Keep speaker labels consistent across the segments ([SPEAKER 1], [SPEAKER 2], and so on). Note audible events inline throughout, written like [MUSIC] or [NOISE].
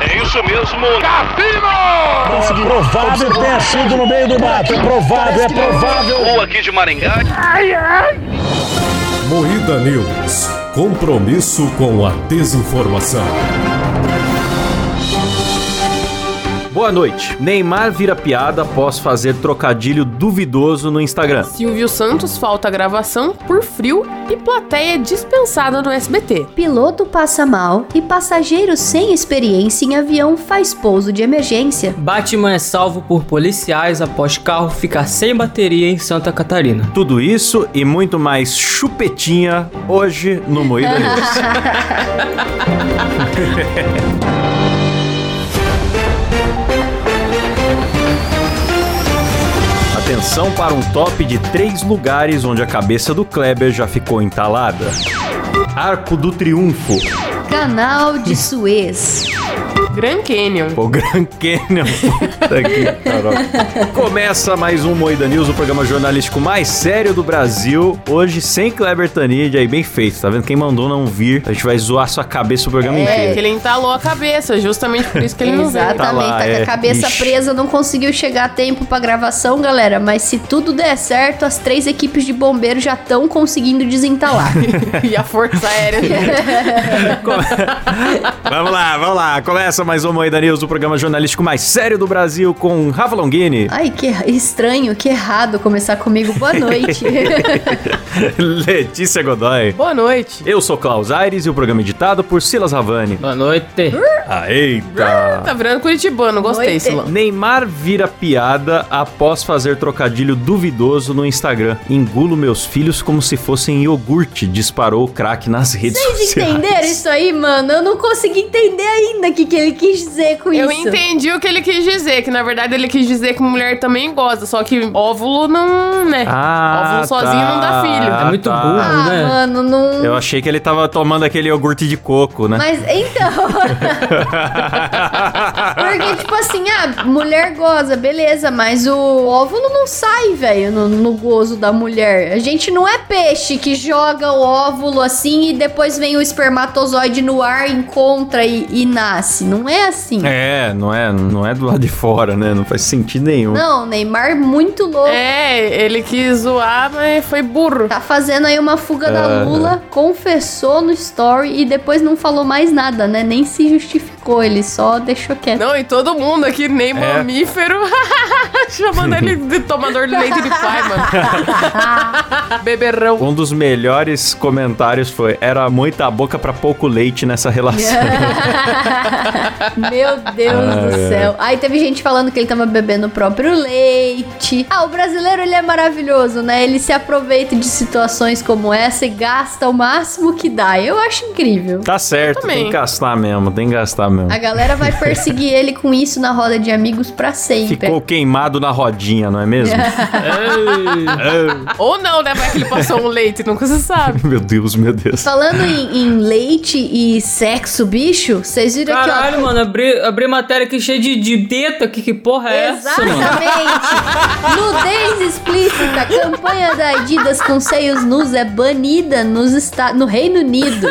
[SPEAKER 1] É Isso mesmo, Cassino!
[SPEAKER 2] É provável que tenha sido no meio do mato. É provável, é provável.
[SPEAKER 1] Ou aqui de Maringá.
[SPEAKER 3] Moída News. Compromisso com a desinformação.
[SPEAKER 4] Boa noite. Neymar vira piada após fazer trocadilho duvidoso no Instagram.
[SPEAKER 5] Silvio Santos falta a gravação por frio e plateia dispensada no SBT.
[SPEAKER 6] Piloto passa mal e passageiro sem experiência em avião faz pouso de emergência.
[SPEAKER 7] Batman é salvo por policiais após carro ficar sem bateria em Santa Catarina.
[SPEAKER 4] Tudo isso e muito mais chupetinha hoje no Moída News. [LAUGHS] Atenção para um top de três lugares onde a cabeça do Kleber já ficou entalada: Arco do Triunfo,
[SPEAKER 6] Canal de Suez.
[SPEAKER 5] Grand Canyon.
[SPEAKER 4] O Grand Canyon. [LAUGHS] Puta que Começa mais um Moída News, o programa jornalístico mais sério do Brasil. Hoje sem Kleber Tanid, aí bem feito, tá vendo? Quem mandou não vir, a gente vai zoar sua cabeça o programa é, inteiro.
[SPEAKER 5] É, que ele entalou a cabeça, justamente por isso que ele não veio.
[SPEAKER 6] Exatamente, tá, lá, tá é. com a cabeça Ixi. presa, não conseguiu chegar a tempo pra gravação, galera. Mas se tudo der certo, as três equipes de bombeiros já estão conseguindo desentalar.
[SPEAKER 5] [LAUGHS] e a Força Aérea.
[SPEAKER 4] [LAUGHS] vamos lá, vamos lá. Começa mais uma Moeda News, o programa jornalístico mais sério do Brasil, com Rafa Longini. [LAUGHS]
[SPEAKER 6] Ai, que estranho, que errado começar comigo. Boa noite.
[SPEAKER 4] Letícia Godoy.
[SPEAKER 5] Boa noite.
[SPEAKER 4] Eu sou Klaus Aires e o programa é editado por Silas Ravani.
[SPEAKER 7] Boa noite.
[SPEAKER 4] Ah, eita.
[SPEAKER 5] tá virando curitibano, gostei, Silas.
[SPEAKER 4] Neymar vira piada após fazer trocadilho duvidoso no Instagram. Engulo meus filhos como se fossem iogurte, disparou o craque nas redes
[SPEAKER 6] Vocês
[SPEAKER 4] sociais.
[SPEAKER 6] Vocês entenderam isso aí, mano? Eu não consegui entender ainda o que, que ele quis dizer com
[SPEAKER 5] eu
[SPEAKER 6] isso?
[SPEAKER 5] Eu entendi o que ele quis dizer, que na verdade ele quis dizer que mulher também gosta, só que óvulo não, né?
[SPEAKER 4] Ah,
[SPEAKER 5] óvulo sozinho
[SPEAKER 4] tá,
[SPEAKER 5] não dá filho.
[SPEAKER 7] É muito
[SPEAKER 4] tá.
[SPEAKER 7] burro, ah, né?
[SPEAKER 6] mano, não...
[SPEAKER 4] Eu achei que ele tava tomando aquele iogurte de coco, né?
[SPEAKER 6] Mas, então... Porque, tipo assim, ah, mulher goza, beleza, mas o óvulo não sai, velho, no, no gozo da mulher. A gente não é peixe que joga o óvulo assim e depois vem o espermatozoide no ar, encontra e, e nasce. Não é assim.
[SPEAKER 4] É, não é, não é do lado de fora, né? Não faz sentido nenhum.
[SPEAKER 6] Não, Neymar muito louco.
[SPEAKER 5] É, ele quis zoar, mas foi burro.
[SPEAKER 6] Tá fazendo aí uma fuga é. da Lula, confessou no story e depois não falou mais nada, né? Nem se justificou, ele só deixou quieto.
[SPEAKER 5] Não, e todo mundo aqui, nem é. mamífero, [LAUGHS] chamando ele de tomador de leite de pai,
[SPEAKER 6] [LAUGHS]
[SPEAKER 5] mano. Beberrão.
[SPEAKER 4] Um dos melhores comentários foi: era muita boca para pouco leite nessa relação.
[SPEAKER 6] É. [LAUGHS] Meu Deus ah, do céu. É. Aí teve gente falando que ele tava bebendo o próprio leite. Ah, o brasileiro ele é maravilhoso, né? Ele se aproveita de situações como essa e gasta o máximo que dá. Eu acho incrível.
[SPEAKER 4] Tá certo, tem que gastar mesmo, tem que gastar mesmo.
[SPEAKER 6] A galera vai perseguir ele com isso na roda de amigos pra sempre.
[SPEAKER 4] Ficou queimado na rodinha, não é
[SPEAKER 6] [LAUGHS]
[SPEAKER 4] mesmo?
[SPEAKER 5] Ou não, né? Vai que ele passou um leite, nunca se
[SPEAKER 4] [LAUGHS]
[SPEAKER 5] sabe.
[SPEAKER 4] Meu Deus, meu Deus.
[SPEAKER 6] Falando em, em leite e sexo, bicho, vocês viram
[SPEAKER 7] Caralho, que. Caralho, mano, abri, abri matéria aqui cheia de, de teta, que, que porra é
[SPEAKER 6] Exatamente. essa? Exatamente! Nudez explícita, campanha da Adidas com seios nus é banida nos esta... no Reino Unido.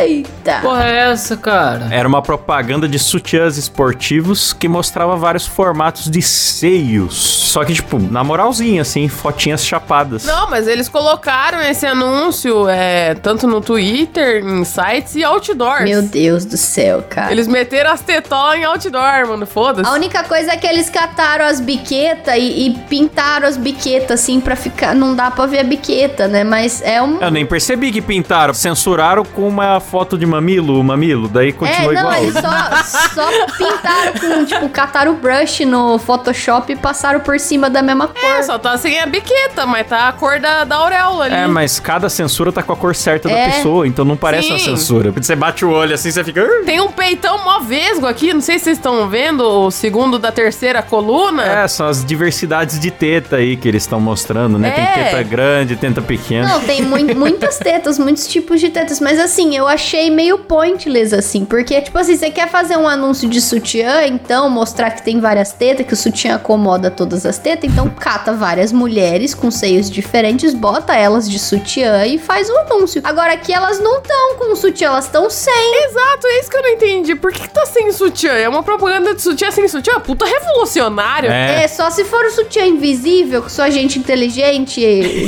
[SPEAKER 6] Eita!
[SPEAKER 7] Porra é essa, cara?
[SPEAKER 4] Era uma propaganda de sutiãs esportivos que mostrava vários formatos de seios. Só que, tipo, na moralzinha, assim, fotinhas chapadas.
[SPEAKER 5] Não, mas eles colocaram esse anúncio é, tanto no Twitter, em sites e outdoors.
[SPEAKER 6] Meu Deus do céu, cara.
[SPEAKER 5] Eles meteram as tetolas em outdoor, mano. Foda-se.
[SPEAKER 6] A única coisa é que eles cataram as biquetas e, e, pintaram as biquetas, assim, pra ficar. Não dá pra ver a biqueta, né? Mas é um.
[SPEAKER 4] Eu nem percebi que pintaram. Censuraram com uma foto de mamilo, o mamilo. Daí continua
[SPEAKER 6] é, não,
[SPEAKER 4] igual.
[SPEAKER 6] Eles só, só pintaram com, tipo, cataram o brush no Photoshop e passaram por cima da mesma cor.
[SPEAKER 5] É, só tá sem assim, a biqueta, mas tá a cor da, da auréola ali.
[SPEAKER 4] É, mas cada censura tá com a cor certa é. da pessoa, então não parece Sim. uma censura. Você bate o olho assim, você fica.
[SPEAKER 5] Tem um peitão mó vesgo aqui, não sei se vocês estão vendo o segundo da terceira coluna.
[SPEAKER 4] É, são as diversidades de teta aí que eles estão mostrando, né? É. Tem teta grande, teta pequena.
[SPEAKER 6] Não, tem mu muitas tetas, muitos tipos de tetas, mas assim, eu achei meio pointless, assim, porque, tipo assim, você quer fazer um anúncio de sutiã, então mostrar que tem várias tetas, que o sutiã acomoda todas as tetas, então cata várias mulheres com seios diferentes, bota elas de sutiã e faz um anúncio. Agora aqui elas não estão com sutiã, elas estão sem.
[SPEAKER 5] Exato, é isso que eu não entendi. Por que, que tá sem sutiã? É uma propaganda de sutiã sem sutiã? Puta revolucionário.
[SPEAKER 6] É. só se for o sutiã invisível, que só a gente inteligente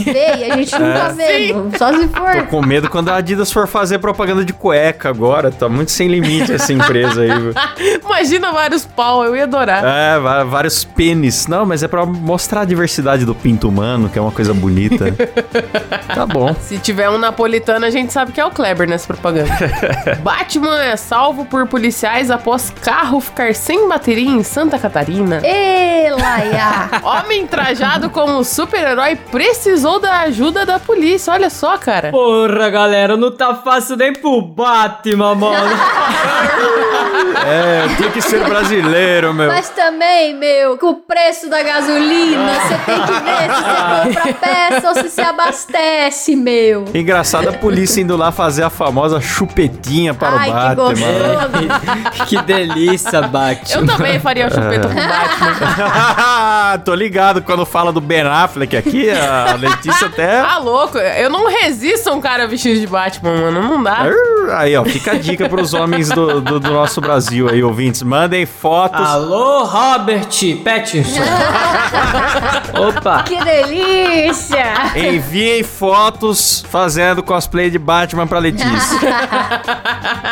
[SPEAKER 6] vê e a gente não tá vendo. Só se
[SPEAKER 4] Tô
[SPEAKER 6] for.
[SPEAKER 4] com medo quando a Adidas for fazer propaganda de cueca agora. Tá muito sem limite essa empresa aí.
[SPEAKER 6] [LAUGHS]
[SPEAKER 4] viu?
[SPEAKER 5] Imagina vários pau, eu ia adorar.
[SPEAKER 4] É, va- vários pênis. Não, mas é pra mostrar a diversidade do pinto humano, que é uma coisa bonita. tá bom.
[SPEAKER 5] Se tiver um napolitano, a gente sabe que é o Kleber nessa propaganda. Batman é salvo por policiais após carro ficar sem bateria em Santa Catarina.
[SPEAKER 6] Ê, Laia!
[SPEAKER 5] Homem trajado como super-herói precisou da ajuda da polícia. Olha só, cara.
[SPEAKER 7] Porra, galera, não tá fácil nem pro Batman, mano.
[SPEAKER 4] É, tem que ser brasileiro, meu.
[SPEAKER 6] Mas também, meu, com o preço da gasolina, você tem que
[SPEAKER 5] Ah.
[SPEAKER 6] ver se você compra peça ou se se
[SPEAKER 5] [LAUGHS]
[SPEAKER 6] abastece, meu.
[SPEAKER 4] Engraçado a polícia indo lá fazer a famosa chupetinha para
[SPEAKER 6] Ai,
[SPEAKER 4] o
[SPEAKER 6] que
[SPEAKER 4] Batman.
[SPEAKER 7] [LAUGHS]
[SPEAKER 4] né?
[SPEAKER 6] gostoso.
[SPEAKER 7] que delícia, Batman.
[SPEAKER 5] Eu também faria o chupeta com Batman.
[SPEAKER 4] [LAUGHS] Tô ligado quando fala do Ben Affleck aqui, a Letícia até.
[SPEAKER 6] Ah.
[SPEAKER 5] Tá louco? Eu não resisto a um cara vestido de Batman, mano. Não dá.
[SPEAKER 4] Arr, Aí, ó, fica a dica pros homens do, do- do nosso Brasil aí, ouvintes. Mandem fotos.
[SPEAKER 7] Ah, Alô, Robert Pattinson. Opa.
[SPEAKER 6] Que delícia.
[SPEAKER 4] Enviem fotos fazendo cosplay de Batman pra Letícia.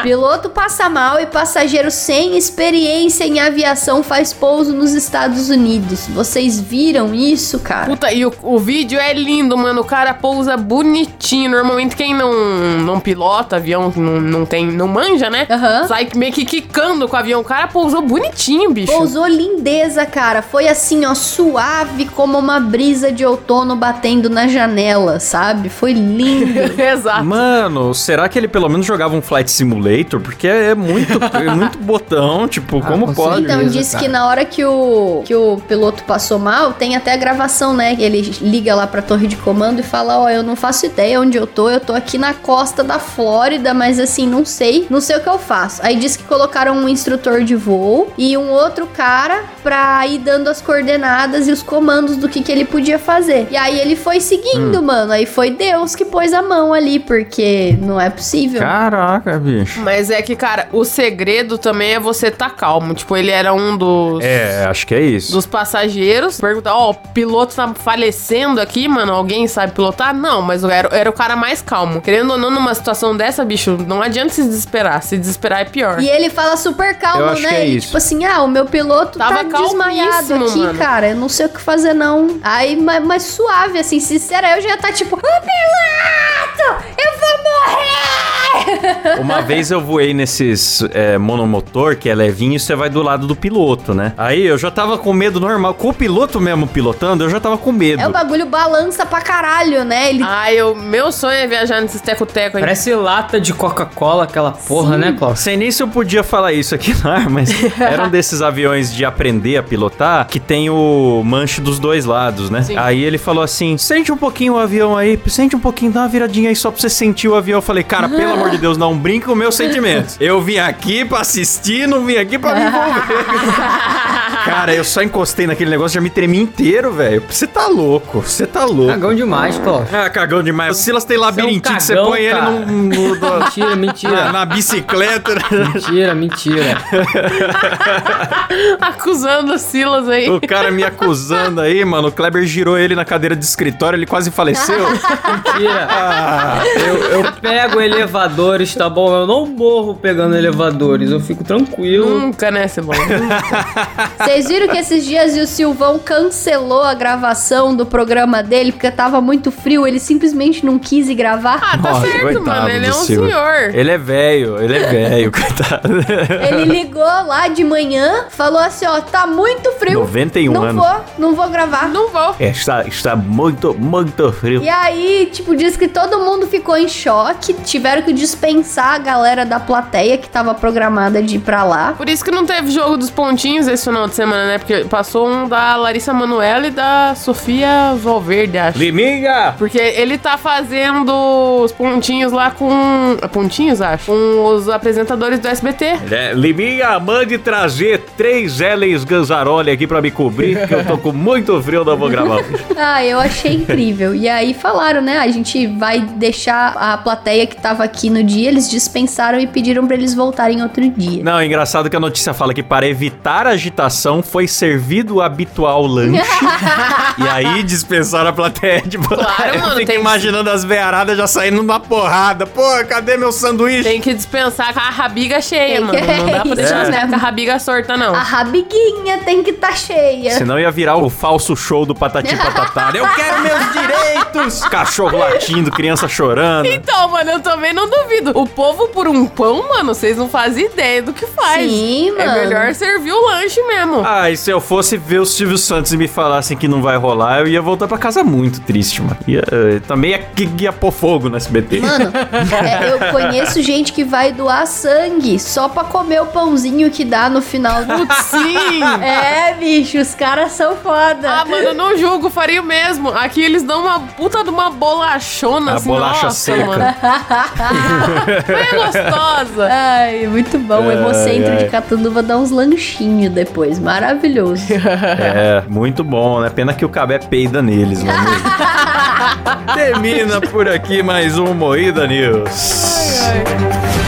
[SPEAKER 6] Piloto passa mal e passageiro sem experiência em aviação faz pouso nos Estados Unidos. Vocês viram isso, cara?
[SPEAKER 5] Puta, e o, o vídeo é lindo, mano. O cara pousa bonitinho. Normalmente quem não, não pilota avião, não, não tem, não manja, né?
[SPEAKER 6] Aham.
[SPEAKER 5] Sai meio que quicando com o avião. O cara pousou bonitinho, bicho.
[SPEAKER 6] Pousou lindeza, cara. Foi assim, ó, suave como uma brisa de outono batendo na janela, sabe? Foi lindo.
[SPEAKER 5] [LAUGHS]
[SPEAKER 4] [LAUGHS]
[SPEAKER 5] Exato.
[SPEAKER 4] Mano, será que ele pelo menos jogava um Flight Simulator? Porque é muito, é muito botão, tipo, como
[SPEAKER 7] com
[SPEAKER 4] pode?
[SPEAKER 7] certeza.
[SPEAKER 6] Então,
[SPEAKER 7] Beleza,
[SPEAKER 6] disse
[SPEAKER 7] cara.
[SPEAKER 6] que na hora que o, que o piloto passou mal, tem até a gravação, né? Que ele liga lá pra torre de comando e fala: Ó, eu não faço ideia onde eu tô, eu tô aqui na costa da Flórida, mas assim, não sei, não sei o que eu faço. Aí disse que colocaram um instrutor de voo e um outro cara pra ir dando as coordenadas e os comandos do que, que ele podia fazer. E aí ele foi seguindo, mano. Aí foi Deus que pôs a mão ali, porque não é possível.
[SPEAKER 4] Caraca, bicho.
[SPEAKER 5] Mas é que, cara, o segredo também é você tá calmo. Tipo, ele era um dos.
[SPEAKER 4] É, acho que é isso.
[SPEAKER 5] Dos passageiros, perguntar, ó, o piloto tá falecendo aqui, mano, alguém sabe pilotar? Não, mas eu era, era o cara mais calmo. Querendo ou não, numa situação dessa, bicho, não adianta se desesperar. Se desesperar é pior.
[SPEAKER 6] E ele fala super
[SPEAKER 4] Eu
[SPEAKER 6] calmo,
[SPEAKER 4] acho
[SPEAKER 6] né?
[SPEAKER 4] que é
[SPEAKER 6] ele,
[SPEAKER 4] isso.
[SPEAKER 6] tipo assim, ah, o meu piloto
[SPEAKER 5] Tava
[SPEAKER 6] tá desmaiado
[SPEAKER 5] calmíssimo,
[SPEAKER 6] aqui,
[SPEAKER 5] mano.
[SPEAKER 6] cara. Eu não sei o que fazer, não. Aí, mas, mas suave, assim, sincera, eu já ia tá tipo, ô piloto! Eu vou morrer!
[SPEAKER 4] Uma vez eu voei nesses é, monomotor, que é levinho, e você vai do lado do piloto, né? Aí eu já tava com medo normal. Com o piloto mesmo pilotando, eu já tava com medo.
[SPEAKER 6] É o bagulho balança pra caralho, né? Ele
[SPEAKER 5] Ai, eu, meu sonho é viajar nesses teco-teco aí.
[SPEAKER 7] Parece lata de Coca-Cola, aquela porra, né, Klaus?
[SPEAKER 4] Sei nem se eu podia falar isso aqui no ar, mas era um desses aviões de aprender a pilotar que tem o manche dos dois lados, né?
[SPEAKER 5] Sim.
[SPEAKER 4] Aí ele falou assim: sente um pouquinho o avião aí, sente um pouquinho, dá uma viradinha aí só pra você sentir o avião. Eu falei, cara, pelo amor de Deus, não brinca com meus sentimentos. Eu vim aqui pra assistir, não vim aqui pra me envolver. cara, eu só encostei naquele negócio, já me tremi inteiro, velho. Você tá louco, você tá louco.
[SPEAKER 7] Cagão demais, Klaus.
[SPEAKER 4] Ah, cagão demais. O Silas tem
[SPEAKER 7] é um
[SPEAKER 4] labirintite, você
[SPEAKER 7] cagão,
[SPEAKER 4] põe ele
[SPEAKER 7] cara.
[SPEAKER 4] num- num- num-
[SPEAKER 7] [LAUGHS] Mentira,
[SPEAKER 4] na,
[SPEAKER 7] mentira.
[SPEAKER 4] na bicicleta.
[SPEAKER 7] [LAUGHS] Mentira, mentira.
[SPEAKER 5] Acusando o Silas aí.
[SPEAKER 4] O cara me acusando aí, mano. O Kleber girou ele na cadeira de escritório, ele quase faleceu.
[SPEAKER 5] [LAUGHS]
[SPEAKER 7] Mentira.
[SPEAKER 4] Ah,
[SPEAKER 7] Eu, eu pego elevadores, tá bom? Eu não morro pegando elevadores. Eu fico tranquilo.
[SPEAKER 5] Nunca,
[SPEAKER 4] [LAUGHS]
[SPEAKER 5] né, Cebola?
[SPEAKER 6] Vocês viram que esses dias o Silvão cancelou a gravação do programa dele porque tava muito frio, ele simplesmente não quis ir gravar.
[SPEAKER 5] Ah, tá
[SPEAKER 4] Nossa,
[SPEAKER 5] certo,
[SPEAKER 4] coitado
[SPEAKER 5] mano. Ele é um
[SPEAKER 4] do Silas.
[SPEAKER 5] senhor.
[SPEAKER 4] ele é velho, ele é velho, [LAUGHS] coitado.
[SPEAKER 6] Ele ligou lá de manhã, falou assim, ó, tá muito frio.
[SPEAKER 4] 91
[SPEAKER 6] não
[SPEAKER 4] anos.
[SPEAKER 6] vou, não vou gravar.
[SPEAKER 5] Não vou.
[SPEAKER 4] É, está, está muito, muito frio.
[SPEAKER 6] E aí, tipo, diz que todo mundo ficou em choque, tiveram que dispensar a galera da plateia que tava programada de ir pra lá.
[SPEAKER 5] Por isso que não teve jogo dos pontinhos esse final de semana, né? Porque passou um da Larissa Manoela e da Sofia Valverde, acho.
[SPEAKER 4] Liminha!
[SPEAKER 5] Porque ele tá fazendo os pontinhos lá com. Pontinhos, acho? Com os apresentadores do SBT.
[SPEAKER 4] É, Liminha, mande trazer três L's Ganzaroli aqui pra me cobrir, que eu tô com muito frio, não vou gravar hoje.
[SPEAKER 6] Ah, eu achei incrível. E aí falaram, né? A gente vai deixar a plateia que tava aqui no dia, eles dispensaram e pediram pra eles voltarem outro dia.
[SPEAKER 4] Não, é engraçado que a notícia fala que para evitar agitação foi servido o habitual lanche.
[SPEAKER 5] [LAUGHS]
[SPEAKER 4] e aí dispensaram a plateia de
[SPEAKER 5] Claro, mano,
[SPEAKER 4] Eu fico
[SPEAKER 5] tem-
[SPEAKER 4] imaginando as veiaradas já saindo numa porrada. Pô, cadê meu sanduíche?
[SPEAKER 5] Tem que dispensar com a rabiga cheia,
[SPEAKER 6] Tem
[SPEAKER 5] mano.
[SPEAKER 6] que-
[SPEAKER 5] Não dá pra
[SPEAKER 6] [LAUGHS]
[SPEAKER 5] deixar
[SPEAKER 6] É Isso
[SPEAKER 5] os
[SPEAKER 6] mesmo.
[SPEAKER 5] caras com a rabiga sorta, não.
[SPEAKER 6] A rabiguinha tem que tá
[SPEAKER 5] né?
[SPEAKER 6] cheia.
[SPEAKER 4] Senão ia virar o falso show do Patati e Patatá. Eu quero meus direitos! Cachorro latindo, criança chorando.
[SPEAKER 5] Então, mano, eu também não duvido. O povo por um pão, mano, vocês não fazem ideia do que faz.
[SPEAKER 6] Sim,
[SPEAKER 5] É
[SPEAKER 6] mano.
[SPEAKER 5] melhor servir o lanche mesmo.
[SPEAKER 4] Ah, e se eu fosse ver o Silvio Santos e me falassem que não vai rolar, eu ia voltar pra casa muito triste, mano. Ia, eh, também ia, que- ia pôr fogo no SBT.
[SPEAKER 6] Mano, é, eu conheço gente que vai doar sangue só pra comer o pãozinho que dá no final do.
[SPEAKER 5] [LAUGHS]
[SPEAKER 4] [LAUGHS]
[SPEAKER 5] Sim!
[SPEAKER 6] É, bicho, os caras são foda.
[SPEAKER 5] Ah, mano, eu não julgo, faria o mesmo. Aqui eles dão uma puta de uma bolachona,
[SPEAKER 4] A
[SPEAKER 5] assim,
[SPEAKER 4] bolacha
[SPEAKER 5] nossa,
[SPEAKER 4] seca.
[SPEAKER 6] [LAUGHS]
[SPEAKER 5] mano. Bem gostosa.
[SPEAKER 6] Ai, muito bom. O Hemocentro de Catanduva dá uns lanchinhos depois. Maravilhoso.
[SPEAKER 4] [LAUGHS] É, muito bom, né? Pena que o Cabé peida neles, mano. Termina por aqui mais um Moída News.
[SPEAKER 5] Ai.